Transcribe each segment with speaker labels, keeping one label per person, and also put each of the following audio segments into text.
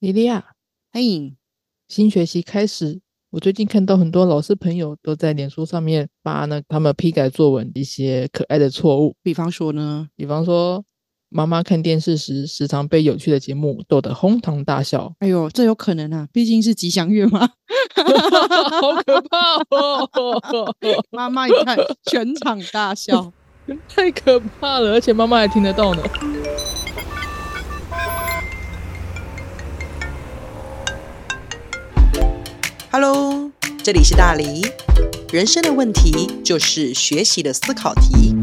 Speaker 1: 莉莉亚，
Speaker 2: 嘿，
Speaker 1: 哎新学期开始，我最近看到很多老师朋友都在脸书上面发呢他们批改作文一些可爱的错误，
Speaker 2: 比方说呢，，
Speaker 1: 比方说妈妈看电视时时常被有趣的节目逗得哄堂大笑
Speaker 2: 哎呦，这有可能啊，毕竟是吉祥月嘛。
Speaker 1: 好可怕哦，
Speaker 2: 妈妈一看，全场大笑。
Speaker 1: 太可怕了，而且妈妈还听得到呢。
Speaker 3: Hello，这里是大黎。人生的问题就是学习的思考题。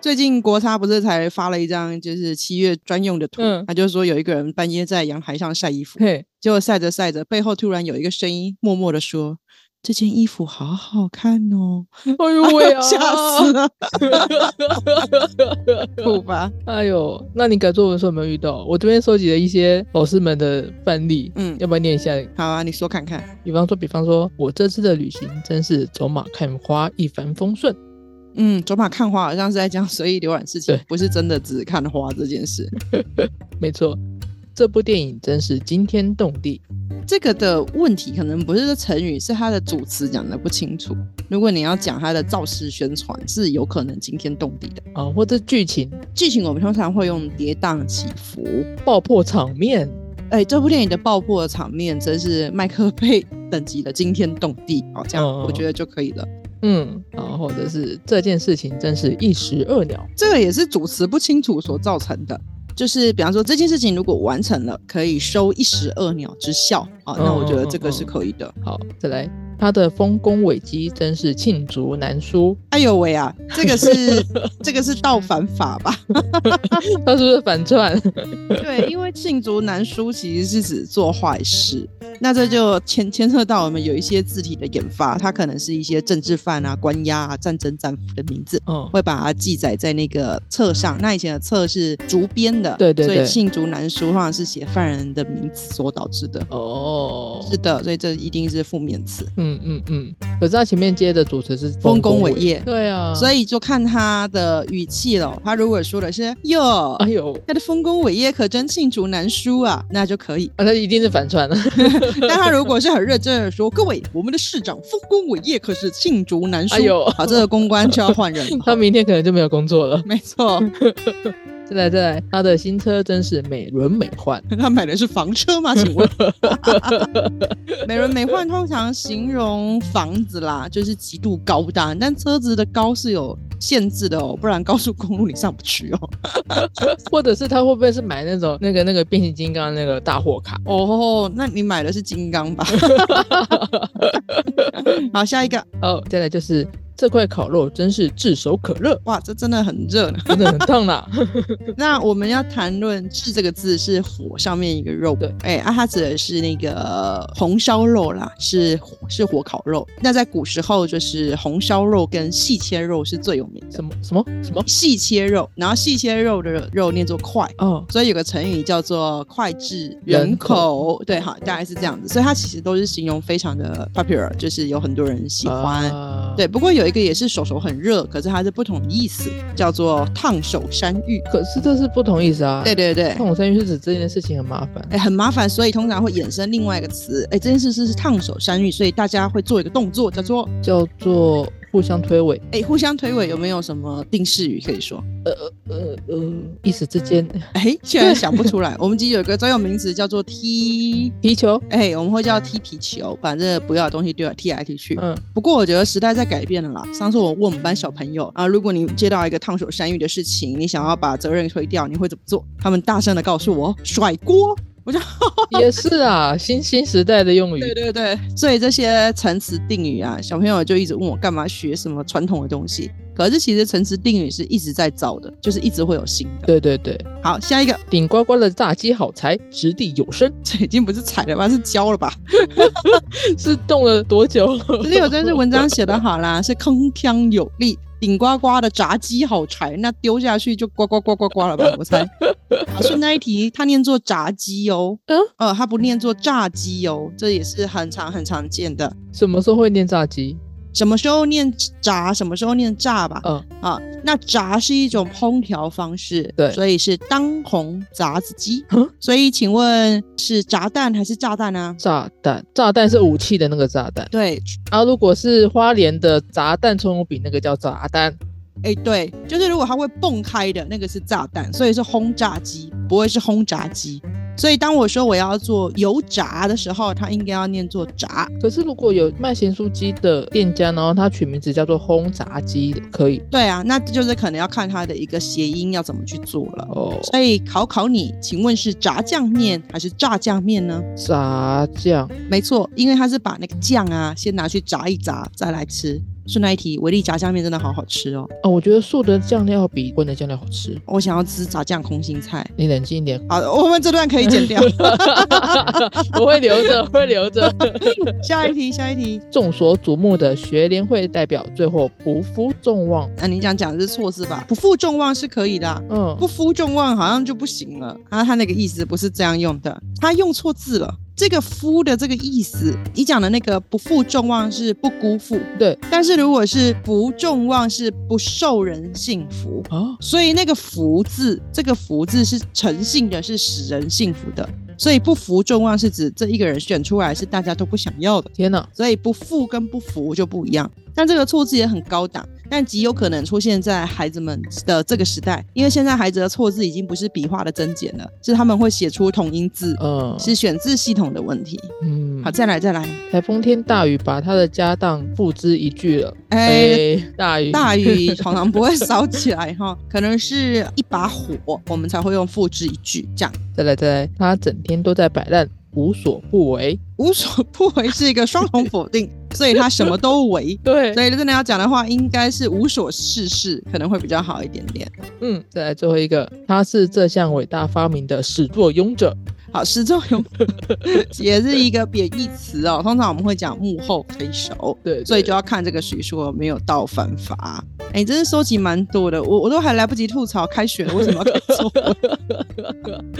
Speaker 2: 最近国差不是才发了一张就是七月专用的图，
Speaker 1: 嗯
Speaker 2: 他就说有一个人半夜在阳台上晒衣服，
Speaker 1: 嘿，
Speaker 2: 结果晒着晒着，背后突然有一个声音默默的说：“这件衣服好好看哦
Speaker 1: 哎呦！”喂啊，
Speaker 2: 吓 死！了，
Speaker 1: 了！
Speaker 2: 酷吧？
Speaker 1: 哎呦，那你改作文的时候有没有遇到？我这边收集了一些老师们的范例，
Speaker 2: 嗯，
Speaker 1: 要不要念一下
Speaker 2: 好啊，你说看看。
Speaker 1: 比方说，比方说，我这次的旅行真是走马看花，一帆风顺。
Speaker 2: 嗯，走马看花好像是在讲随意浏览事情
Speaker 1: 对，
Speaker 2: 不是真的只看花这件事。
Speaker 1: 没错，这部电影真是惊天动地。
Speaker 2: 这个的问题可能不是成语，是它的主词讲的不清楚。如果你要讲它的造势宣传，是有可能惊天动地的。
Speaker 1: 啊，或者剧情
Speaker 2: 剧情我们通常会用跌宕起伏。
Speaker 1: 爆破场面，
Speaker 2: 哎，这部电影的爆破的场面真是麦克贝等级的惊天动地，好，这
Speaker 1: 嗯
Speaker 2: 样
Speaker 1: 嗯嗯
Speaker 2: 我觉得就可以了。
Speaker 1: 嗯，啊，或者是这件事情真是一石二鸟。
Speaker 2: 这个也是主词不清楚所造成的。就是比方说这件事情如果完成了，可以收一石二鸟之效啊，那我觉得这个是可以的。
Speaker 1: 好，再来，他的丰功伟绩真是罄竹难书。
Speaker 2: 哎呦喂啊，这个是 这个是倒反法吧？
Speaker 1: 他是不是反串？
Speaker 2: 对，因为罄竹难书其实是指做坏事，那这就牵 牵涉到我们有一些字体的研发，它可能是一些政治犯啊、关押啊、战争战俘的名字。
Speaker 1: 嗯，
Speaker 2: 会把它记载在那个册上。那以前的册是竹编的，
Speaker 1: 对对
Speaker 2: 所
Speaker 1: 对
Speaker 2: 以罄竹难书，通常是写犯人的名字所导致的。
Speaker 1: 哦，
Speaker 2: 是的，所以这一定是负面词。
Speaker 1: 嗯嗯嗯。可是他前面接的主持是
Speaker 2: 丰功伟业
Speaker 1: 对啊，
Speaker 2: 所以就看他的语气了。他如果说的是哟，
Speaker 1: 哎呦，
Speaker 2: 他的丰功伟业可真罄竹难书啊，那就可以。
Speaker 1: 啊， 他一定是反串了。
Speaker 2: 但他如果是很认真的说，各位，我们的市长丰功伟业可是罄竹难书。
Speaker 1: 哎呦。
Speaker 2: 好，这个公关就要换人 了
Speaker 1: 他明天可能就没有工作了。
Speaker 2: 没错，
Speaker 1: 再来再来，他的新车真是美轮美奂。
Speaker 2: 他买的是房车吗？请问？ 美轮美奂通常形容房子啦，就是极度高大，但车子的高是有限制的哦，不然高速公路你上不去哦。
Speaker 1: 或者是他会不会是买那种那个那个变形金刚那个大货卡？
Speaker 2: 哦，那你买的是金刚吧？好，下一个，
Speaker 1: 哦，再来就是这块烤肉真是炙手可热，
Speaker 2: 哇，这真的很热呢。
Speaker 1: 真的很烫啦。
Speaker 2: 那我们要谈论“炙”这个字是火上面一个肉，
Speaker 1: 对
Speaker 2: 哎，啊，它指的是那个呃红烧肉啦，是火是火烤肉。那在古时候，就是红烧肉跟细切肉是最有名的
Speaker 1: 什。么什么什么？
Speaker 2: 细切肉，然后细切肉的肉念作块，
Speaker 1: 哦，
Speaker 2: 所以有个成语叫做“脍炙
Speaker 1: 人
Speaker 2: 人
Speaker 1: 口
Speaker 2: 口”，对，好，大概是这样子。所以它其实都是形容非常的 popular，就是有很多人喜欢。
Speaker 1: 啊
Speaker 2: 对，。不过有一个也是手手很热，可是它是不同的意思，叫做“烫手山芋
Speaker 1: 可是这是不同意思啊”。。
Speaker 2: 对对对
Speaker 1: 烫，手山芋是指这件事情很麻烦。
Speaker 2: 哎，很麻烦，所以通常会衍生另外一个词，哎，这件事是是烫手山芋，所以大家会做一个动作叫做
Speaker 1: 叫做互相推诿，
Speaker 2: 哎互相推诿，有没有什么定式语可以说？
Speaker 1: 呃呃，一时之间
Speaker 2: 哎，居然想不出 来，我们其实有一个专有名词叫做踢
Speaker 1: 踢球，
Speaker 2: 哎、我们会叫踢皮球，反正不要的东西丢来踢来踢去。
Speaker 1: 嗯，
Speaker 2: 不过我觉得时代在改变了啦。上次我问我们班小朋友啊，如果你接到一个烫手山芋的事情，你想要把责任推掉，你会怎么做？他们大声的告诉我，甩锅。
Speaker 1: 也是啊，新新时代的用语。
Speaker 2: 对对对，所以这些陈词定语啊，小朋友就一直问我干嘛学什么传统的东西。可是其实陈词定语是一直在造的，就是一直会有新的。
Speaker 1: 对对对，
Speaker 2: 好，下一个，
Speaker 1: 顶呱呱的炸鸡好才，掷地有声，
Speaker 2: 这已经不是踩了吧，是教了吧？
Speaker 1: 是动了多久？
Speaker 2: 只是有真是文章写得好啦，是铿锵有力，顶呱呱的炸鸡好柴，那丢下去就呱呱呱呱 呱了吧？我猜。好顺带一提，它念作炸鸡哦，
Speaker 1: 嗯
Speaker 2: 呃，它不念作炸鸡哦，这也是很常很常见的。
Speaker 1: 什么时候会念炸鸡？
Speaker 2: 什么时候念炸，什么时候念炸吧。
Speaker 1: 嗯，
Speaker 2: 啊，那炸是一种烹调方式，
Speaker 1: 对
Speaker 2: 所以是当红炸子鸡
Speaker 1: 嗯。
Speaker 2: 所以请问是炸弹还是炸弹啊？
Speaker 1: 炸弹，炸弹是武器的那个炸弹
Speaker 2: 对，
Speaker 1: 啊。如果是花莲的炸弹葱油饼，那个叫炸弹。
Speaker 2: 哎、对，就是如果它会蹦开的那个是炸弹，所以是轰炸机，不会是轰炸机。所以当我说我要做油炸的时候，它应该要念作炸。
Speaker 1: 可是如果有卖咸酥鸡的店家，然后他取名字叫做轰炸鸡，可以
Speaker 2: 对啊，那就是可能要看它的一个谐音要怎么去做了。
Speaker 1: 哦。
Speaker 2: 所以考考你，请问是炸酱面还是炸酱面呢？
Speaker 1: 炸酱
Speaker 2: 没错，因为它是把那个酱啊先拿去炸一炸，再来吃。顺带一提，维力炸酱面真的好好吃哦，
Speaker 1: 哦，我觉得素的酱料比荤的酱料好吃。
Speaker 2: 我想要吃炸酱空心菜。
Speaker 1: 你冷静一点，
Speaker 2: 好，我们这段可以剪掉。
Speaker 1: 我会留着，我会留着。
Speaker 2: 下一题，下一题。
Speaker 1: 众所瞩目的学联会代表最后不负众望，
Speaker 2: 那、呃你讲讲的是错是吧？不负众望是可以的啊，
Speaker 1: 嗯，
Speaker 2: 不负众望好像就不行了啊。他那个意思不是这样用的，他用错字了。这个“夫”的这个意思，你讲的那个不负众望是不辜负，
Speaker 1: 对
Speaker 2: 但是如果是不众望是不受人信服，
Speaker 1: 啊，
Speaker 2: 所以那个“福”字，这个“福”字是诚信的，是使人幸福的。所以不服众望是指这一个人选出来是大家都不想要的，
Speaker 1: 天哪，
Speaker 2: 所以不富跟不服就不一样。但这个错字也很高档，但极有可能出现在孩子们的这个时代，因为现在孩子的错字已经不是笔画的增减了，是他们会写出同音字，
Speaker 1: 嗯，
Speaker 2: 是选字系统的问题。
Speaker 1: 嗯
Speaker 2: 好，，再来再来，
Speaker 1: 台风天大雨把他的家当付之一炬了。
Speaker 2: 哎、
Speaker 1: 哎，大雨，
Speaker 2: 大雨常常不会烧起来哈， 可能是一把火，我们才会用付之一炬这样。
Speaker 1: 再来再来，他整天都在摆烂，无所不为。
Speaker 2: 无所不为是一个双重否定，所以他什么都为。
Speaker 1: 对
Speaker 2: 所以真的要讲的话，应该是无所事事，可能会比较好一点点。
Speaker 1: 嗯，再来最后一个，他是这项伟大发明的始作俑者。
Speaker 2: 好，始作俑也是一个贬义词哦， 通常我们会讲幕后黑手。
Speaker 1: 对，
Speaker 2: 所以就
Speaker 1: 要
Speaker 2: 要看这个许说有没有到犯法。哎、真是收集蛮多的，我我都还来不及吐槽开学了为什么要改作文。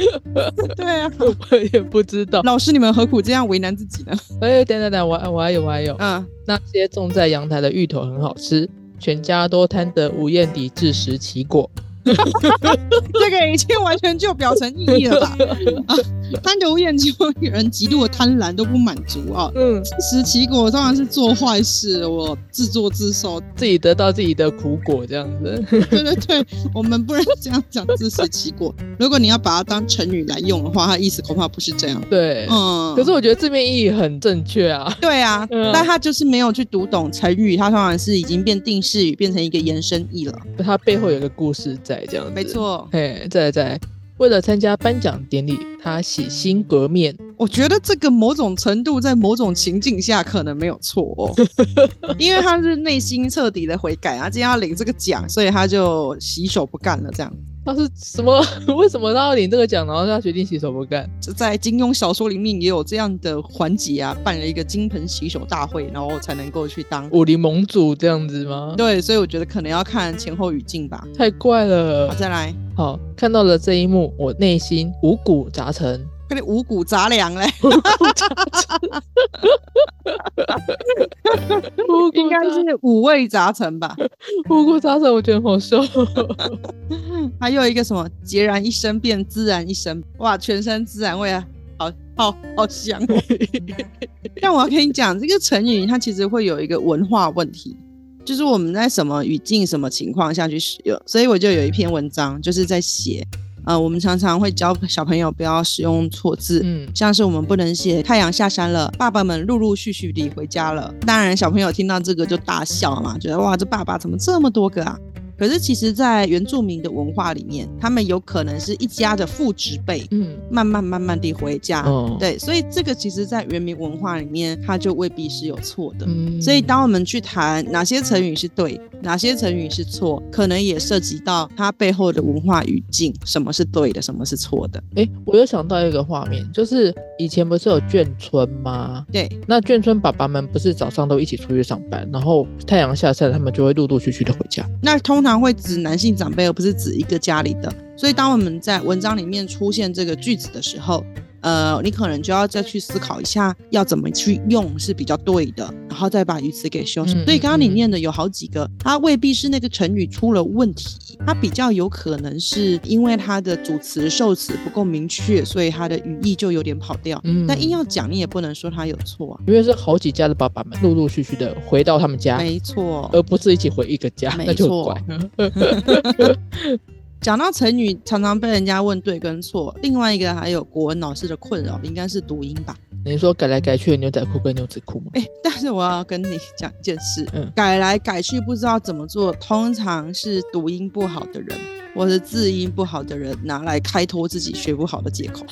Speaker 2: 对啊，
Speaker 1: 我也不知道。
Speaker 2: 老师你们何苦这样为难自己呢？
Speaker 1: 哎，等等等，我还我还有我还有，
Speaker 2: 嗯，
Speaker 1: 那些种在阳台的芋头很好吃，全家都贪得无厌地自食其果。
Speaker 2: 这个已经完全就表层意义了吧？啊，贪得无厌就有人极度的贪婪都不满足啊。
Speaker 1: 嗯，
Speaker 2: 自食其果当然是做坏事，我自作自受。
Speaker 1: 自己得到自己的苦果这样子。
Speaker 2: 对对对，我们不能这样讲自食其果。如果你要把它当成语来用的话，它意思恐怕不是这样。
Speaker 1: 对，
Speaker 2: 嗯，
Speaker 1: 可是我觉得字面意义很正确啊。
Speaker 2: 对啊，
Speaker 1: 嗯
Speaker 2: 但他就是没有去读懂成语，它当然是已经变定式语，变成一个延伸义了。
Speaker 1: 它背后有一个故事在这样子。
Speaker 2: 没。错，
Speaker 1: 哎，再来再来，为了参加颁奖典礼，他洗心革面。
Speaker 2: 我觉得这个某种程度在某种情境下可能没有错哦， 因为他是内心彻底的悔改啊，今天要领这个奖，所以他就洗手不干了。这样
Speaker 1: 他是什么？ 为什么他要领这个奖，然后他决定洗手不干？
Speaker 2: 就在金庸小说里面也有这样的环节啊，办了一个金盆洗手大会，然后才能够去当。
Speaker 1: 武林盟主这样子吗？
Speaker 2: 对，所以我觉得可能要看前后语境吧。
Speaker 1: 太怪了
Speaker 2: 好，。再来，
Speaker 1: 好，看到了这一幕，我内心五谷杂陈。
Speaker 2: 快点五谷杂粮嘞，
Speaker 1: 五
Speaker 2: 应
Speaker 1: 谷
Speaker 2: 该
Speaker 1: 杂
Speaker 2: 是五味杂陈吧。
Speaker 1: 五谷杂陈，我觉得很好笑。
Speaker 2: 还有一个什么孑然一身变自然一身，哇，全身自然味啊，好好好香 哦！但我要跟你讲，这个成语它其实会有一个文化问题，就是我们在什么语境、什么情况下去使用。所以我就有一篇文章，就是在写，呃，我们常常会教小朋友不要使用错字，
Speaker 1: 嗯，
Speaker 2: 像是我们不能写太阳下山了，爸爸们陆陆续续地回家了。当然，小朋友听到这个就大笑嘛，觉得哇，这爸爸怎么这么多个啊？可是其实，在原住民的文化里面，他们有可能是一家的父职辈，
Speaker 1: 嗯，
Speaker 2: 慢慢慢慢地回家。
Speaker 1: 哦，，
Speaker 2: 啊对，所以这个其实，在原民文化里面，它就未必是有错的。
Speaker 1: 嗯，
Speaker 2: 所以，当我们去谈哪些成语是对，哪些成语是错，可能也涉及到它背后的文化语境，什么是对的，什么是错的。
Speaker 1: 哎、我又想到一个画面，就是以前不是有眷村吗？
Speaker 2: 对，
Speaker 1: 那眷村爸爸们不是早上都一起出去上班，然后太阳下山，他们就会陆陆续续的回家。
Speaker 2: 那通常会指男性长辈，而不是指一个家里的。所以，当我们在文章里面出现这个句子的时候，呃，你可能就要再去思考一下，要怎么去用是比较对的，然后再把语词给修饰。
Speaker 1: 嗯
Speaker 2: 所以刚刚你
Speaker 1: 嗯嗯
Speaker 2: 念的有好几个，它未必是那个成语出了问题，它比较有可能是因为它的主词受词不够明确，所以它的语义就有点跑掉。
Speaker 1: 嗯
Speaker 2: 但硬要讲，你也不能说它有错啊。
Speaker 1: 因为是好几家的爸爸们陆陆续续的回到他们家，
Speaker 2: 没错，
Speaker 1: 而不是一起回一个家，
Speaker 2: 没
Speaker 1: 那就
Speaker 2: 错
Speaker 1: 很怪。
Speaker 2: 讲到成语，常常被人家问对跟错。另外一个还有国文老师的困扰，应该是读音吧。
Speaker 1: 你说改来改去的牛仔裤跟牛仔裤吗？
Speaker 2: 哎、但是我要跟你讲一件事，
Speaker 1: 嗯
Speaker 2: 改来改去不知道怎么做，通常是读音不好的人或是字音不好的人拿来开脱自己学不好的借 口。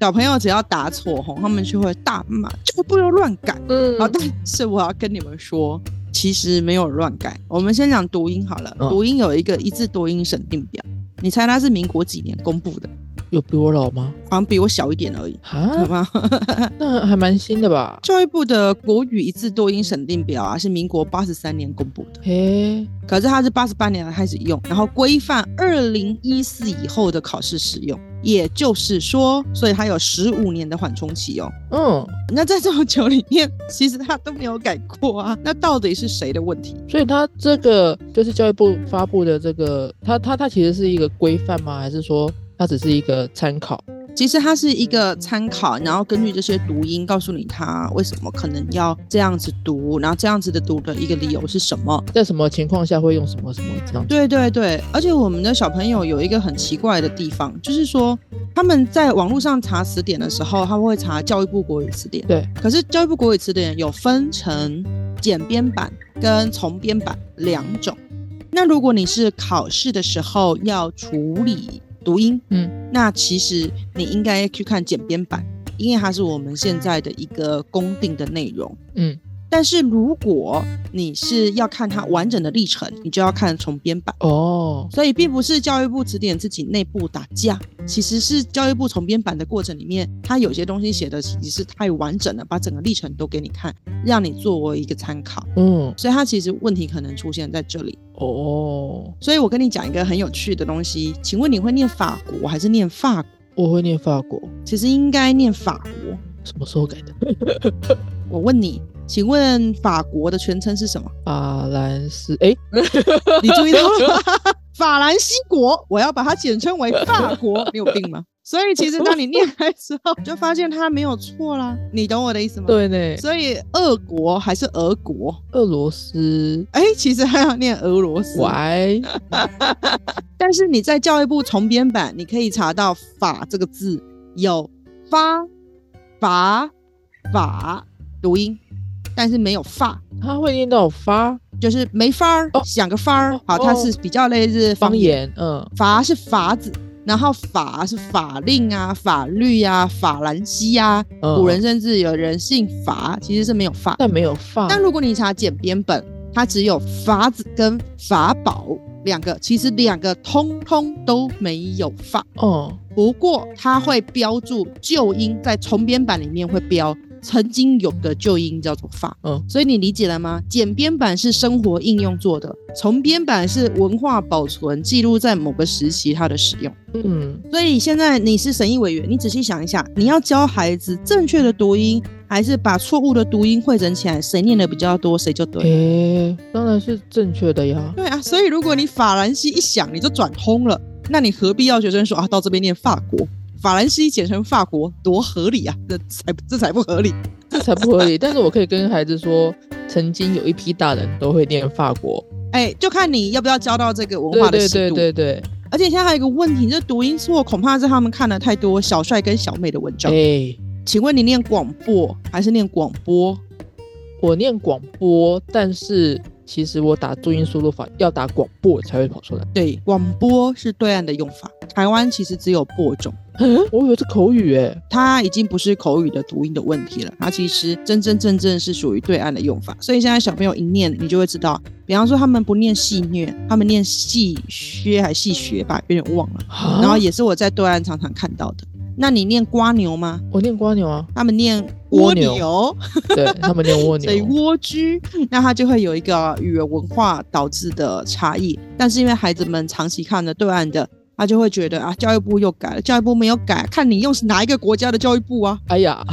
Speaker 2: 小朋友只要答错吼，他们就会大骂，就不能乱改。哦
Speaker 1: 嗯
Speaker 2: 好，但是我要跟你们说，其实没有乱改。我们先讲读音好了，
Speaker 1: 嗯
Speaker 2: 读音有一个一字多音审定表，你猜它是民国几年公布的？
Speaker 1: 有比我老吗？
Speaker 2: 好像比我小一点而已，好
Speaker 1: 啊，
Speaker 2: 吗？
Speaker 1: 那还蛮新的吧？
Speaker 2: 教育部的国语一字多音审定表啊，是民国八十三年公布的，
Speaker 1: 嘿，
Speaker 2: 可是它是八十八年才开始用，然后规范二零一四以后的考试使用，也就是说，所以它有十五年的缓冲期哦。
Speaker 1: 嗯，
Speaker 2: 那在这么久里面，其实它都没有改过啊， 那到底是谁的问题？
Speaker 1: 所以它这个就是教育部发布的这个，它它它其实是一个规范吗？还是说它只是一个参考？
Speaker 2: 其实它是一个参考，然后根据这些读音告诉你它为什么可能要这样子读，然后这样子的读的一个理由是什么。
Speaker 1: 在什么情况下会用什么什么这样？
Speaker 2: 对对对，而且我们的小朋友有一个很奇怪的地方，就是说他们在网络上查词典的时候，他会查教育部国语词典。
Speaker 1: 对，
Speaker 2: 可是教育部国语词典有分成简编版跟重编版两种。那如果你是考试的时候要处理读音，
Speaker 1: 嗯，
Speaker 2: 那其实你应该去看简编版，因为它是我们现在的一个公定的内容。
Speaker 1: 嗯，
Speaker 2: 但是如果你是要看它完整的历程，你就要看重编版。
Speaker 1: 哦，
Speaker 2: 所以并不是教育部指点自己内部打架，其实是教育部重编版的过程里面，它有些东西写的其实是太完整了，把整个历程都给你看，让你作为一个参考。
Speaker 1: 嗯，
Speaker 2: 所以它其实问题可能出现在这里。
Speaker 1: 哦，
Speaker 2: 所以我跟你讲一个很有趣的东西，请问你会念法国还是念法国？
Speaker 1: 我会念法国，
Speaker 2: 其实应该念法国。
Speaker 1: 什么时候改的？
Speaker 2: 我问你，请问法国的全称是什么？
Speaker 1: 法兰斯，哎，
Speaker 2: 你注意到了吗？ 法兰西国，我要把它简称为法国，你有病吗？ 所以其实当你念来之后，就发现它没有错啦，你懂我的意思吗？。
Speaker 1: 对呢，
Speaker 2: 所以俄国还是俄国？
Speaker 1: 俄罗斯
Speaker 2: 哎，其实还要念俄罗斯。
Speaker 1: 喂，
Speaker 2: 但是你在教育部重编版，你可以查到“法”这个字有发、法、法读音，但是没有发，
Speaker 1: 他会念到发
Speaker 2: 就是没法儿，
Speaker 1: 哦
Speaker 2: 想个法儿
Speaker 1: 哦。
Speaker 2: 好，它是比较类似
Speaker 1: 方
Speaker 2: 方言。
Speaker 1: 言，嗯，
Speaker 2: 法是法子，然后法是法令啊、法律啊、法兰西啊。
Speaker 1: 嗯
Speaker 2: 古人甚至有人姓法，其实是没有法。
Speaker 1: 但没有发，
Speaker 2: 但如果你查简编本，它只有法子跟法宝两个，其实两个通通都没有法。
Speaker 1: 哦，
Speaker 2: 不过它会标注旧音，在重编版里面会标。曾经有个旧音叫做法，
Speaker 1: 嗯
Speaker 2: 所以你理解了吗？简编版是生活应用做的，重编版是文化保存记录在某个时期它的使用。
Speaker 1: 嗯，
Speaker 2: 所以现在你是审议委员，你仔细想一下，你要教孩子正确的读音，还是把错误的读音汇整起来，谁念的比较多，谁就对。
Speaker 1: 诶，当然是正确的呀，
Speaker 2: 对啊，所以如果你法兰西一想你就转通了，那你何必要学生说啊到这边念法国？法兰西简称法国，多合理啊！这才这才不合理。
Speaker 1: 这才不 合理。但是我可以跟孩子说，曾经有一批大人都会念法国，
Speaker 2: 哎，就看你要不要教到这个文
Speaker 1: 对
Speaker 2: 化的
Speaker 1: 对
Speaker 2: 尺度。
Speaker 1: 对对对，
Speaker 2: 而且现在还有一个问题，这读音错恐怕是他们看了太多小帅跟小美的文章。
Speaker 1: 诶，
Speaker 2: 请问你念广播还是念广播？
Speaker 1: 我念广播，但是其实我打注音输入法要打广播才会跑出来，
Speaker 2: 对，广播是对岸的用法，台湾其实只有播种，
Speaker 1: 嗯， 我以为是口语诶，
Speaker 2: 它已经不是口语的读音的问题了，它其实真真正正是属于对岸的用法。所以现在小朋友一念，你就会知道，比方说他们不念戏虐，他们念戏靴还戏学吧，有点忘了。
Speaker 1: 然
Speaker 2: 然后也是我在对岸常常看到的。那你念瓜牛吗？
Speaker 1: 我念蜗牛 啊，
Speaker 2: 他们念
Speaker 1: 蜗
Speaker 2: 蜗
Speaker 1: 牛
Speaker 2: 牛，
Speaker 1: 对他们念蜗
Speaker 2: 所以
Speaker 1: 牛，
Speaker 2: 蜗居，那它就会有一个语言文化导致的差异。但是因为孩子们长期看了对岸的他就会觉得啊，教育部又改了，教育部没有改，看你用哪一个国家的教育部啊，
Speaker 1: 哎呀，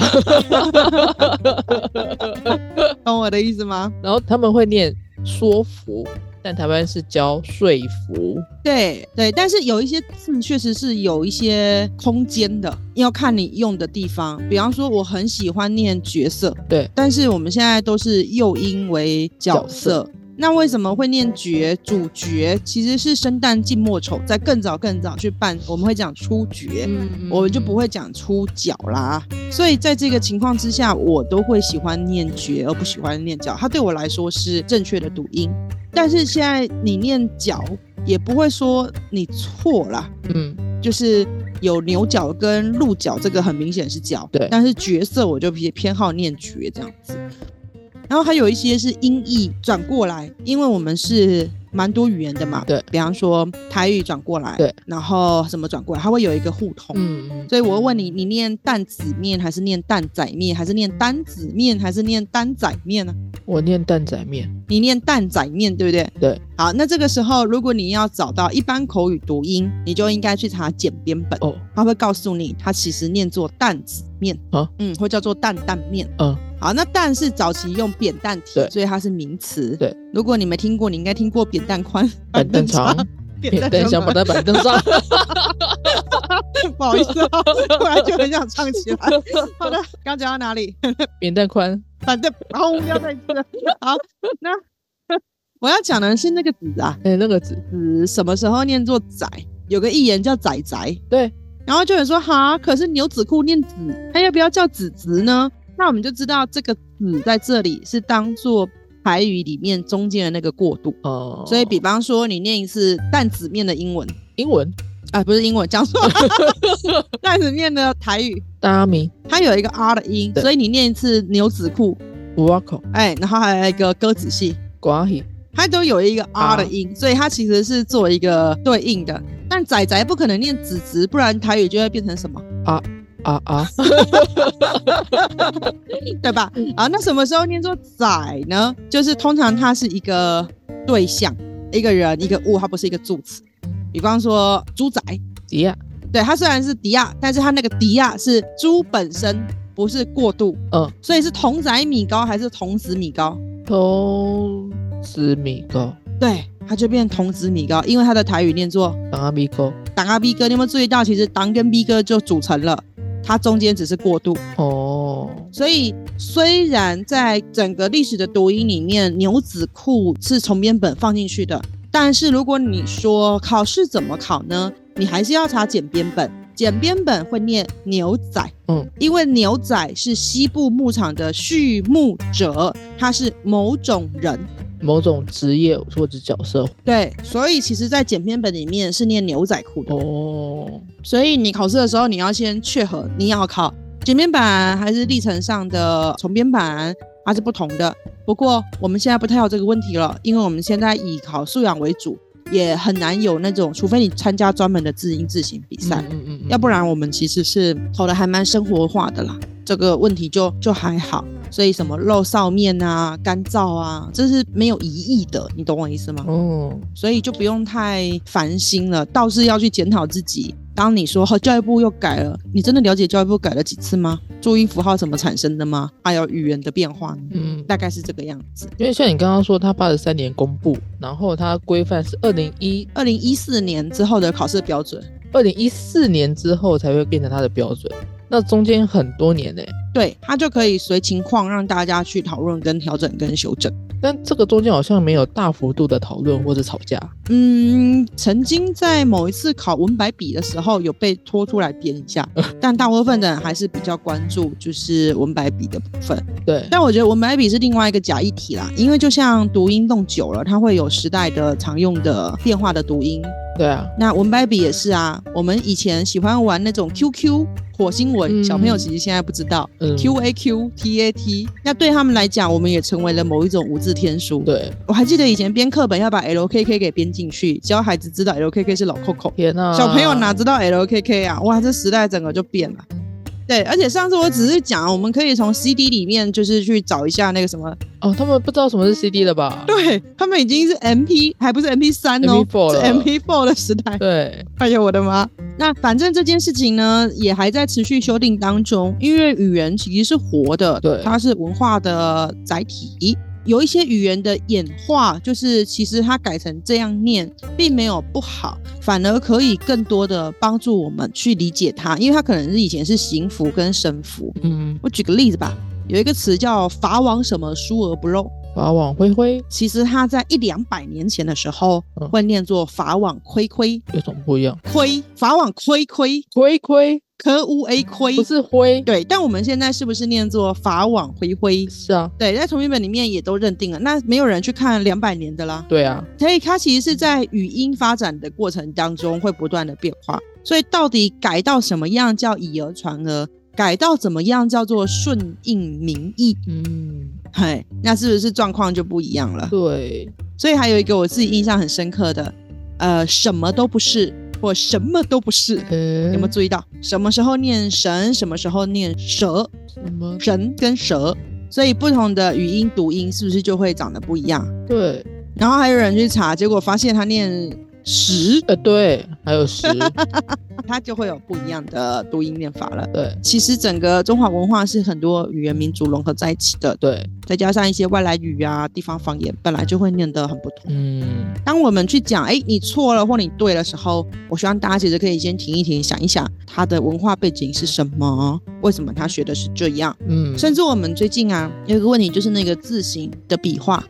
Speaker 2: 懂我的意思吗？
Speaker 1: 然后他们会念说服，但台湾是教说服。
Speaker 2: 对对，但是有一些字确实是有一些空间的，要看你用的地方。比方说，我很喜欢念角色，
Speaker 1: 对，
Speaker 2: 但是我们现在都是诱因为角
Speaker 1: 角
Speaker 2: 色。
Speaker 1: 色
Speaker 2: 那为什么会念角主角？其实是生旦净末丑，在更早更早去办，我们会讲出角，
Speaker 1: 嗯
Speaker 2: 我们就不会讲出角啦。所以在这个情况之下，我都会喜欢念角，而不喜欢念角。它对我来说是正确的读音。但是现在你念角，也不会说你错啦，
Speaker 1: 嗯，
Speaker 2: 就是有牛角跟鹿角，这个很明显是角。
Speaker 1: 对
Speaker 2: 但是角色我就偏偏好念角这样子。然后还有一些是音译转过来，因为我们是蛮多语言的嘛。
Speaker 1: 对
Speaker 2: 比方说台语转过来，
Speaker 1: 对，
Speaker 2: 然后什么转过来，它会有一个互通。
Speaker 1: 嗯嗯
Speaker 2: 所以我会问你，你念蛋子面还是念蛋仔面，还是念单子面，还是念单仔面呢？
Speaker 1: 我念蛋仔面，
Speaker 2: 你念蛋仔面，对不对？
Speaker 1: 对。
Speaker 2: 好，那这个时候，如果你要找到一般口语读音，你就应该去查简编本，
Speaker 1: 哦，
Speaker 2: 它会告诉你，它其实念作蛋子面
Speaker 1: 啊
Speaker 2: 嗯，会叫做蛋蛋面。
Speaker 1: 嗯，
Speaker 2: 好，那蛋是早期用扁担提，
Speaker 1: 对
Speaker 2: 所以它是名词。
Speaker 1: 对，
Speaker 2: 如果你没听过，你应该听过扁 担宽、
Speaker 1: 板凳长， 扁担想绑在板凳上。
Speaker 2: 不好意思、啊，突然就很想唱 起来。好的，刚讲到哪里？
Speaker 1: 扁担宽，
Speaker 2: 反正然后不要再吃了。好，那我要讲的是那个子啊，
Speaker 1: 哎、那个字，
Speaker 2: 子什么时候念作仔？有个艺人叫仔仔，
Speaker 1: 对。
Speaker 2: 然后就有人说哈，可是牛仔裤念子，他要不要叫子子呢？那我们就知道这个子在这里是当做台语里面中间的那个过渡。
Speaker 1: 哦、
Speaker 2: 所以，比方说你念一次担子面的英文
Speaker 1: 英文
Speaker 2: 啊，不是英文，讲错了，担子面的台语，
Speaker 1: 大阿明
Speaker 2: 它有一个 R 的音，
Speaker 1: 对
Speaker 2: 所以你念一次牛仔裤，
Speaker 1: 五瓦口
Speaker 2: 哎，然后还有一个鸽子戏，
Speaker 1: 瓜希，
Speaker 2: 它都有一个 R
Speaker 1: 啊
Speaker 2: 的音，所以它其实是做一个对应的。但仔仔不可能念子子，不然台语就会变成什么，
Speaker 1: 啊 啊，
Speaker 2: 对吧？
Speaker 1: 嗯
Speaker 2: 啊，那什么时候念作仔呢？就是通常它是一个对象，一个人，一个物，它不是一个助词。比方说猪仔，
Speaker 1: 迪亚，
Speaker 2: 对，它虽然是迪亚，但是它那个迪亚是猪本身，不是过渡，
Speaker 1: 嗯，
Speaker 2: 所以是童仔米糕还是童子米糕？
Speaker 1: 偷吃米糕，
Speaker 2: 对，它就变童子米糕，因为它的台语念作
Speaker 1: 当阿米糕，
Speaker 2: 党啊 B 哥，你有没有注意到，其实党跟 B 哥就组成了，它中间只是过渡。
Speaker 1: 哦，
Speaker 2: 所以虽然在整个历史的读音里面，牛仔裤是从编本放进去的，但是如果你说考试怎么考呢？你还是要查简编本。简编本会念牛仔，
Speaker 1: 嗯，
Speaker 2: 因为牛仔是西部牧场的畜牧者，他是某种人，
Speaker 1: 某种职业或者角色，
Speaker 2: 对，所以其实，在简编本里面是念牛仔裤的。
Speaker 1: 哦，
Speaker 2: 所以你考试的时候，你要先确核你要考卷面版还是历程上的重编版，它是不同的。不过我们现在不太有这个问题了，因为我们现在以考素养为主，也很难有那种，除非你参加专门的字音字形比赛，
Speaker 1: 嗯嗯嗯，
Speaker 2: 要不然我们其实是投的还蛮生活化的啦。这个问题就就还好，所以什么肉臊面啊、干燥啊，这是没有疑义的，你懂我意思吗？
Speaker 1: 哦，
Speaker 2: 所以就不用太烦心了，倒是要去检讨自己。当你说和哦教育部又改了，你真的了解教育部改了几次吗？注音符号怎么产生的吗？还有语言的变化呢？
Speaker 1: 嗯，
Speaker 2: 大概是这个样子。
Speaker 1: 因为像你刚刚说，他八十三年公布，然后他规范是二零一
Speaker 2: 二零一四年之后的考试标准，
Speaker 1: 二零一四年之后才会变成他的标准，那中间很多年呢、
Speaker 2: 对它就可以随情况让大家去讨论、跟调整、跟修正。
Speaker 1: 但这个中间好像没有大幅度的讨论或者吵架，
Speaker 2: 嗯，曾经在某一次考文白笔的时候有被拖出来编一下，但大部分的人还是比较关注就是文白笔的部分。
Speaker 1: 对，
Speaker 2: 但我觉得文白笔是另外一个假议题啦，因为就像读音弄久了，它会有时代的常用的变化的读音。
Speaker 1: 对啊，
Speaker 2: 那文白笔也是啊，我们以前喜欢玩那种 QQ 火星文，
Speaker 1: 嗯
Speaker 2: 小朋友其实现在不知道、
Speaker 1: 嗯
Speaker 2: QAQ、TAT。那对他们来讲，我们也成为了某一种无字天书。
Speaker 1: 对，
Speaker 2: 我还记得以前编课本要把 LKK 给编进去，教孩子知
Speaker 1: 嗯
Speaker 2: 道 LKK 是老 Coco。
Speaker 1: 天呐、
Speaker 2: 小朋友哪知道 LKK 啊？哇，这时代整个就变了。对，而且上次我只是讲，我们可以从 CD 里面就是去找一下那个什么，
Speaker 1: 哦，他们不知道什么是 CD 了吧？
Speaker 2: 对他们已经是 MP，还不是 MP 三哦，
Speaker 1: MP4
Speaker 2: 是
Speaker 1: 了
Speaker 2: MP4 的时代。
Speaker 1: 对，
Speaker 2: 哎呦我的妈！那反正这件事情呢，也还在持续修订当中，因为语言其实是活的，
Speaker 1: 对
Speaker 2: 它是文化的载体。有一些语言的演化，就是其实它改成这样念，并没有不好，反而可以更多的帮助我们去理解它，因为它可能是以前是行符跟神符。
Speaker 1: 嗯，
Speaker 2: 我举个例子吧，有一个词叫“法网什么疏而不漏”，
Speaker 1: 法网恢恢
Speaker 2: 其实它在一两百年前的时候
Speaker 1: 嗯
Speaker 2: 会念作“法网亏亏
Speaker 1: 有什么不一样？
Speaker 2: 亏”，法网亏亏
Speaker 1: 亏亏
Speaker 2: 科乌 A 亏
Speaker 1: 不。是灰，
Speaker 2: 对，但我们现在是不是念作法网恢恢？
Speaker 1: 是啊，
Speaker 2: 对，在同译本里面也都认定了，那没有人去看两百年的啦。
Speaker 1: 对啊，
Speaker 2: 所以它其实是在语音发展的过程当中会不断的变化。所以到底改到什么样叫以讹传讹，改到怎么样叫做顺应民意，
Speaker 1: 嗯，
Speaker 2: 嘿，那是不是状况就不一样了？
Speaker 1: 对，
Speaker 2: 所以还有一个我自己印象很深刻的，呃，什么都不是或什么都不是，
Speaker 1: 呃，
Speaker 2: 有没有注意到？什么时候念神，什么时候念蛇？
Speaker 1: 什么？
Speaker 2: 神跟蛇，所以不同的语音读音是不是就会长得不一样？
Speaker 1: 对，
Speaker 2: 然后还有人去查，结果发现他念十，
Speaker 1: 呃，对，还有十，
Speaker 2: 他就会有不一样的读音念法了。
Speaker 1: 对
Speaker 2: 其实整个中华文化是很多语言民族融合在一起的，
Speaker 1: 对，
Speaker 2: 再加上一些外来语啊、地方方言，本来就会念得很不同。
Speaker 1: 嗯，
Speaker 2: 当我们去讲，哎，你错了或你对的时候，我希望大家其实可以先停一停，想一想他的文化背景是什么，为什么他学的是这样。
Speaker 1: 嗯，
Speaker 2: 甚至我们最近啊，有一个问题就是那个字形的笔画，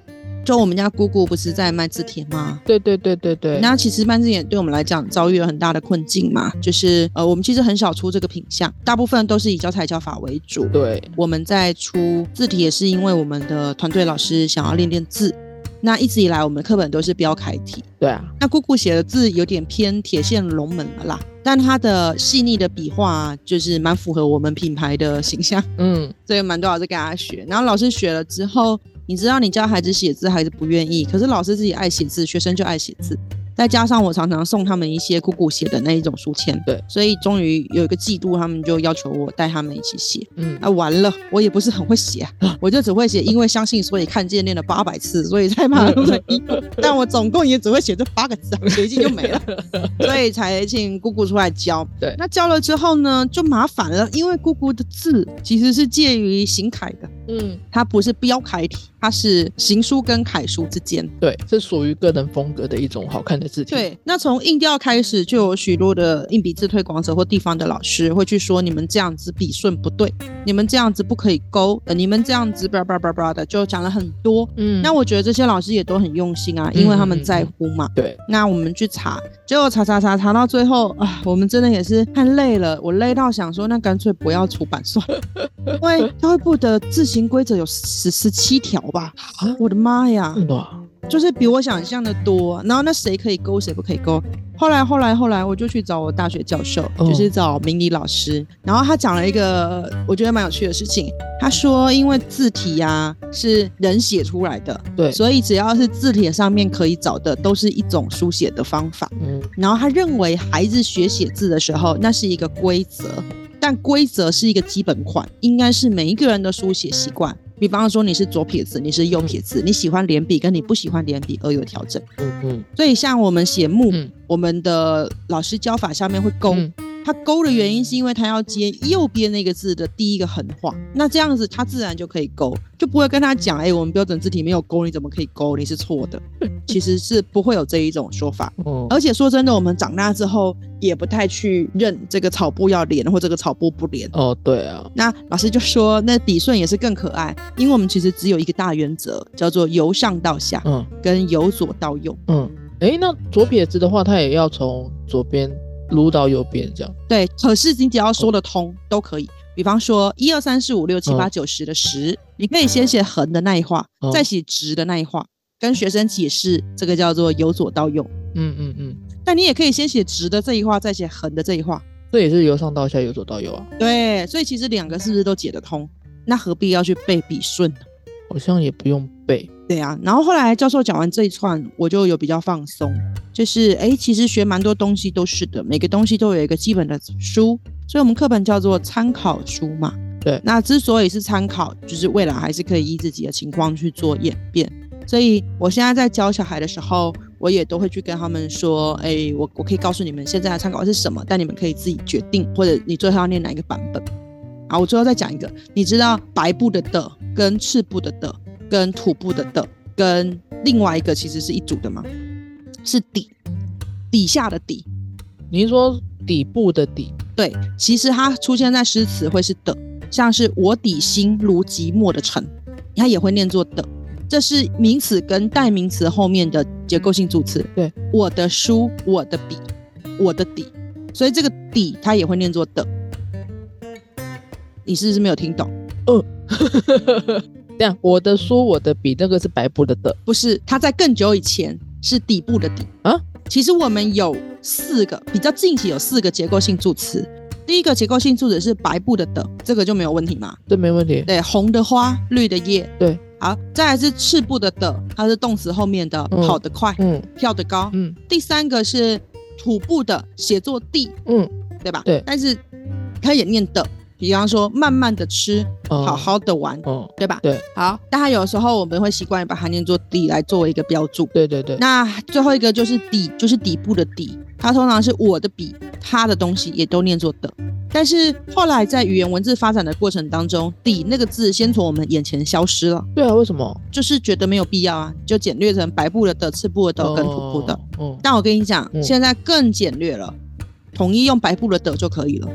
Speaker 2: 就我们家姑姑不是在卖字帖吗？
Speaker 1: 对对对对对，
Speaker 2: 那其实卖字帖对我们来讲遭遇了很大的困境嘛，就是呃，我们其实很少出这个品相，大部分都是以教材教法为主。
Speaker 1: 对，
Speaker 2: 我们在出字帖是因为我们的团队老师想要练练字，那一直以来我们的课本都是标楷体，
Speaker 1: 对啊，
Speaker 2: 那姑姑写的字有点偏铁线龙门了啦，但她的细腻的笔画啊就是蛮符合我们品牌的形象。
Speaker 1: 嗯，
Speaker 2: 所以蛮多老师跟他学。然后老师学了之后，你知道你教孩子写字，孩子不愿意，可是老师自己爱写字，学生就爱写字。再加上我常常送他们一些姑姑写的那一种书签，
Speaker 1: 对，
Speaker 2: 所以终于有一个季度，他们就要求我带他们一起写。
Speaker 1: 嗯，
Speaker 2: 啊，完了，我也不是很会写、啊，我就只会写，因为相信，所以看见，练了八百次，所以才马路的一。但我总共也只会写这八个字、啊，写一句就没了， 所以才请姑姑出来教。
Speaker 1: 对
Speaker 2: 那教了之后呢，就麻烦了，因为姑姑的字其实是介于行楷的，
Speaker 1: 嗯，
Speaker 2: 它不是标楷体，它是行书跟楷书之间。
Speaker 1: 对，是属于个人风格的一种好看的字体，，
Speaker 2: 对，那从硬调开始，就有许多的硬笔字推广者或地方的老师会去说，你们这样子笔顺不对，你们这样子不可以勾，呃、你们这样子叭叭叭叭的，就讲了很多。
Speaker 1: 嗯，
Speaker 2: 那我觉得这些老师也都很用心啊，因为他们在乎嘛。
Speaker 1: 对，
Speaker 2: 那我们去查，结果查查查查到最后啊，我们真的也是看累了，我累到想说，那干脆不要出版算了， 因为教育部的自行规则有十十七条吧，
Speaker 1: 啊，
Speaker 2: 我的妈呀！
Speaker 1: 嗯哇，
Speaker 2: 就是比我想象的多。然后那谁可以勾，谁不可以勾？后来后来后来，我就去找我大学教授，
Speaker 1: 哦
Speaker 2: 就是找明理老师。然后他讲了一个我觉得蛮有趣的事情，他说因为字体呀、是人写出来的，
Speaker 1: 对，
Speaker 2: 所以只要是字帖上面可以找的，都是一种书写的方法。
Speaker 1: 嗯，
Speaker 2: 然后他认为孩子学写字的时候，那是一个规则，但规则是一个基本款，应该是每一个人的书写习惯。比方说你是左撇子，你是右撇子，你喜欢连笔跟你不喜欢连笔而有调整。
Speaker 1: 嗯嗯
Speaker 2: 所以像我们写木，
Speaker 1: 嗯
Speaker 2: 我们的老师教法下面会勾，
Speaker 1: 嗯
Speaker 2: 他勾的原因是因为他要接右边那个字的第一个横画，那这样子他自然就可以勾，就不会跟他讲，哎、我们标准字体没有勾，你怎么可以勾？你是错的。其实是不会有这一种说法。
Speaker 1: 哦，
Speaker 2: 而且说真的，我们长大之后也不太去认这个草布要连或这个草布不连。
Speaker 1: 哦，对啊，
Speaker 2: 那老师就说，那笔顺也是更可爱，因为我们其实只有一个大原则，叫做由上到下
Speaker 1: 嗯
Speaker 2: 跟由左到右。
Speaker 1: 嗯，诶，那左撇子的话，它也要从左边撸到右边这样，
Speaker 2: 对，可是你只要说得通都可以。比方说一二三四五六七八九十的十，你可以先写横的那一画，
Speaker 1: 嗯
Speaker 2: 再写直的那一画，跟学生解释这个叫做由左到右。
Speaker 1: 嗯嗯嗯，
Speaker 2: 但你也可以先写直的这一画，再写横的这一画。
Speaker 1: 这也是由上到下，由左到右啊，
Speaker 2: 对，所以其实两个是不是都解得通？那何必要去背笔顺呢？
Speaker 1: 好像也不用背，
Speaker 2: 对啊，然后后来教授讲完这一串，我就有比较放松，就是哎，诶其实学蛮多东西都是的，每个东西都有一个基本的书，所以我们课本叫做参考书嘛。
Speaker 1: 对
Speaker 2: 那之所以是参考，就是未来还是可以依自己的情况去做演变。所以我现在在教小孩的时候，我也都会去跟他们说，哎、我我可以告诉你们现在的参考是什么，但你们可以自己决定，或者你最后要念哪一个版本。啊，我最后再讲一个，你知道白布的的跟赤布的的跟土布的的跟另外一个其实是一组的吗？是底底下的底，
Speaker 1: 你是说底部的底，
Speaker 2: 对，其实它出现在诗词会是的，像是我底心如寂寞的城，它也会念作的。这是名词跟代名词后面的结构性助词。
Speaker 1: 对，
Speaker 2: 我的书，我的笔，我的底，所以这个底它也会念作的。你是不是没有听懂？
Speaker 1: 这样我的书我的笔那个是白布的的，
Speaker 2: 不是，它在更久以前是底部的底
Speaker 1: 啊。
Speaker 2: 其实我们有四个比较近期有四个结构性助词，第一个结构性助词是白布的的，这个就没有问题嘛。
Speaker 1: 这没问题。
Speaker 2: 对，红的花，绿的叶。
Speaker 1: 对，
Speaker 2: 好，再来是赤部的的，它是动词后面的，
Speaker 1: 嗯
Speaker 2: 跑得快，
Speaker 1: 嗯
Speaker 2: 跳得高。
Speaker 1: 嗯
Speaker 2: 第三个是土部的，写作地，
Speaker 1: 嗯，
Speaker 2: 对吧？
Speaker 1: 对
Speaker 2: 但是它也念的，比方说慢慢的吃，
Speaker 1: 哦
Speaker 2: 好好的玩，
Speaker 1: 哦，
Speaker 2: 对吧？
Speaker 1: 对
Speaker 2: 好，但它有时候我们会习惯把它念作地来作为一个标注。
Speaker 1: 对对对，
Speaker 2: 那最后一个就是底，就是底部的底，它通常是我的笔，它的东西也都念作的。但是后来在语言文字发展的过程当中，底那个字先从我们眼前消失了，
Speaker 1: 对啊，为什么？
Speaker 2: 就是觉得没有必要啊，就简略成白布的的、赤布的的跟土布的。
Speaker 1: 哦，
Speaker 2: 但我跟你讲，
Speaker 1: 嗯
Speaker 2: 现在更简略了，统一用白布的的就可以了。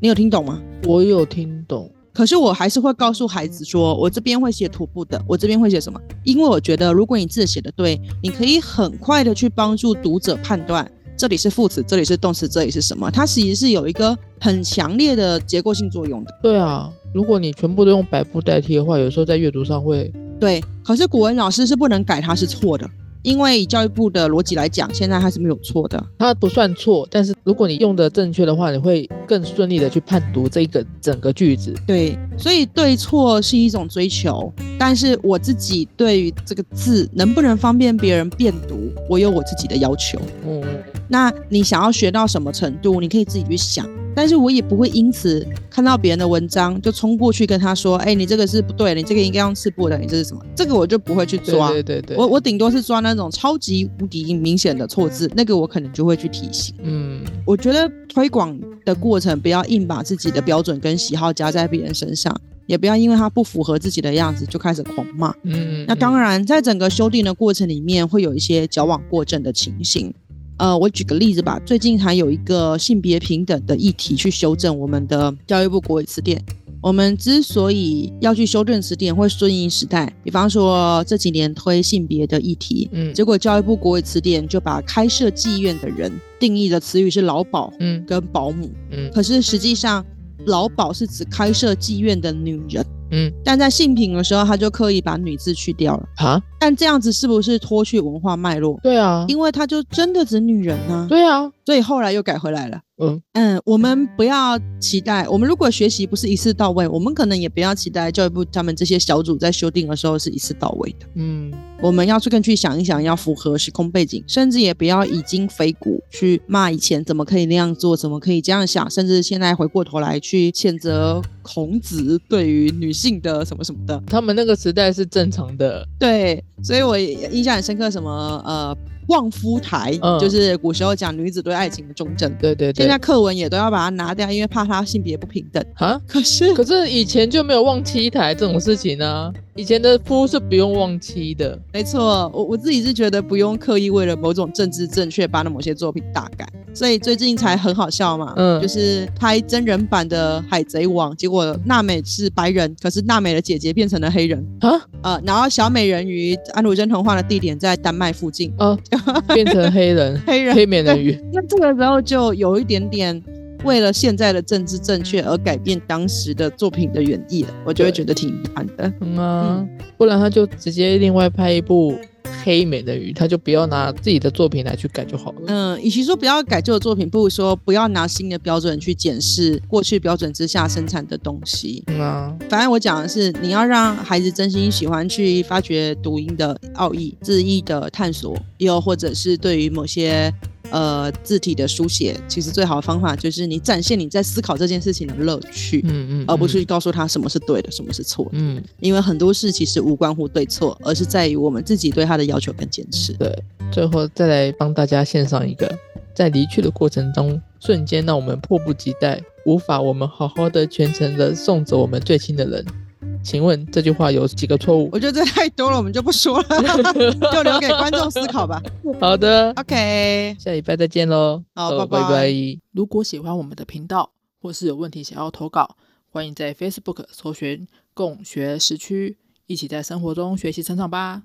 Speaker 2: 你有听懂吗？
Speaker 1: 嗯，我有听懂。
Speaker 2: 可是我还是会告诉孩子说，我这边会写徒步的，我这边会写什么？因为我觉得，如果你字写的对，你可以很快的去帮助读者判断这里是副词，这里是动词，这里是什么。它其实是有一个很强烈的结构性作用的。
Speaker 1: 对啊，如果你全部都用白布代替的话，有时候在阅读上会，
Speaker 2: 对，可是古文老师是不能改它是错的，因为以教育部的逻辑来讲，现在它是没有错的。
Speaker 1: 它不算错，但是如果你用的正确的话，你会更顺利的去判读这个整个句子。
Speaker 2: 对，所以对错是一种追求，但是我自己对于这个字能不能方便别人辨读，我有我自己的要求。
Speaker 1: 嗯嗯
Speaker 2: 那你想要学到什么程度，你可以自己去想。但是我也不会因此看到别人的文章就冲过去跟他说：“哎、你这个是不对的，你这个应该用赤布的，你这是什么？”这个我就不会去
Speaker 1: 对
Speaker 2: 抓。
Speaker 1: 对对对，
Speaker 2: 我我顶多是抓那种超级无敌明显的错字，那个我可能就会去提醒。
Speaker 1: 嗯，
Speaker 2: 我觉得推广的过程，不要硬把自己的标准跟喜好加在别人身上，也不要因为他不符合自己的样子就开始狂骂。
Speaker 1: 嗯，
Speaker 2: 那当然，在整个修订的过程里面，会有一些矫枉过正的情形。呃，我举个例子吧，最近还有一个性别平等的议题去修正我们的教育部国语词典。我们之所以要去修正词典，会顺应时代。比方说这几年推性别的议题，
Speaker 1: 嗯
Speaker 2: 结果教育部国语词典就把开设妓院的人定义的词语是劳保
Speaker 1: 嗯
Speaker 2: 跟保姆，
Speaker 1: 嗯
Speaker 2: 可是实际上劳保是指开设妓院的女人，
Speaker 1: 嗯，
Speaker 2: 但在性平的时候，他就刻意把女字去掉了。
Speaker 1: 啊，
Speaker 2: 但这样子是不是脱去文化脉络？
Speaker 1: 对啊，
Speaker 2: 因为他就真的指女人啊，
Speaker 1: 对啊，
Speaker 2: 所以后来又改回来了。
Speaker 1: 嗯
Speaker 2: 嗯，我们不要期待，我们如果学习不是一次到位，我们可能也不要期待教育部他们这些小组在修订的时候是一次到位的。
Speaker 1: 嗯，
Speaker 2: 我们要去更去想一想，要符合时空背景，甚至也不要以今非古去骂以前怎么可以那样做，怎么可以这样想，甚至现在回过头来去谴责孔子对于女性的什么什么的。
Speaker 1: 他们那个时代是正常的，
Speaker 2: 对，所以我也印象很深刻，什么呃望夫台，
Speaker 1: 嗯
Speaker 2: 就是古时候讲女子对爱情的忠贞。
Speaker 1: 对对对
Speaker 2: 现在。课文也都要把它拿掉，因为怕它性别不平等。
Speaker 1: 啊，
Speaker 2: 可是
Speaker 1: 可是以前就没有忘妻台这种事情啊，以前的夫是不用忘妻的，
Speaker 2: 没错，我我自己是觉得不用刻意为了某种政治正确把某些作品大改，所以最近才很好笑嘛，
Speaker 1: 嗯
Speaker 2: 就是拍真人版的《海贼王》，结果娜美是白人，可是娜美的姐姐变成了黑人，
Speaker 1: 啊，
Speaker 2: 呃，然后小美人鱼安徒生童话的地点在丹麦附近，。
Speaker 1: 哦，变成黑人
Speaker 2: 黑人
Speaker 1: 黑美人鱼，
Speaker 2: 那这个时候就有一点点为了现在的政治正确而改变当时的作品的原意了，我就会
Speaker 1: 对
Speaker 2: 觉得挺遗憾的。
Speaker 1: 嗯啊，不然他就直接另外拍一部黑美人鱼，他就不要拿自己的作品来去改就好了。
Speaker 2: 嗯，与其说不要改旧的作品，不如说不要拿新的标准去检视过去标准之下生产的东西。
Speaker 1: 嗯啊，
Speaker 2: 反正我讲的是，你要让孩子真心喜欢去发掘读音的奥义、字义的探索，又或者是对于某些呃字体的书写，其实最好的方法就是你展现你在思考这件事情的乐趣，
Speaker 1: 嗯嗯，
Speaker 2: 哦而不是
Speaker 1: 嗯
Speaker 2: 告诉他什么是对的，什么是错的。
Speaker 1: 嗯，
Speaker 2: 因为很多事其实无关乎对错，而是在于我们自己对他的要求跟坚持。
Speaker 1: 最后再来帮大家献上一个，在离去的过程中，瞬间让我们迫不及待，无法我们好好的全程的送走我们最亲的人。请问这句话有几个错误
Speaker 2: 我？觉得这太多了，我们就不说了， 就留给观众思考吧。
Speaker 1: 好的，
Speaker 2: OK，
Speaker 1: 下礼拜再见喽。
Speaker 2: 好
Speaker 1: 呃
Speaker 2: 拜拜
Speaker 1: 拜拜
Speaker 4: 如果喜欢我们的频道，或是有问题想要投稿，欢迎在 Facebook 搜寻“共学时区”，一起在生活中学习成长吧。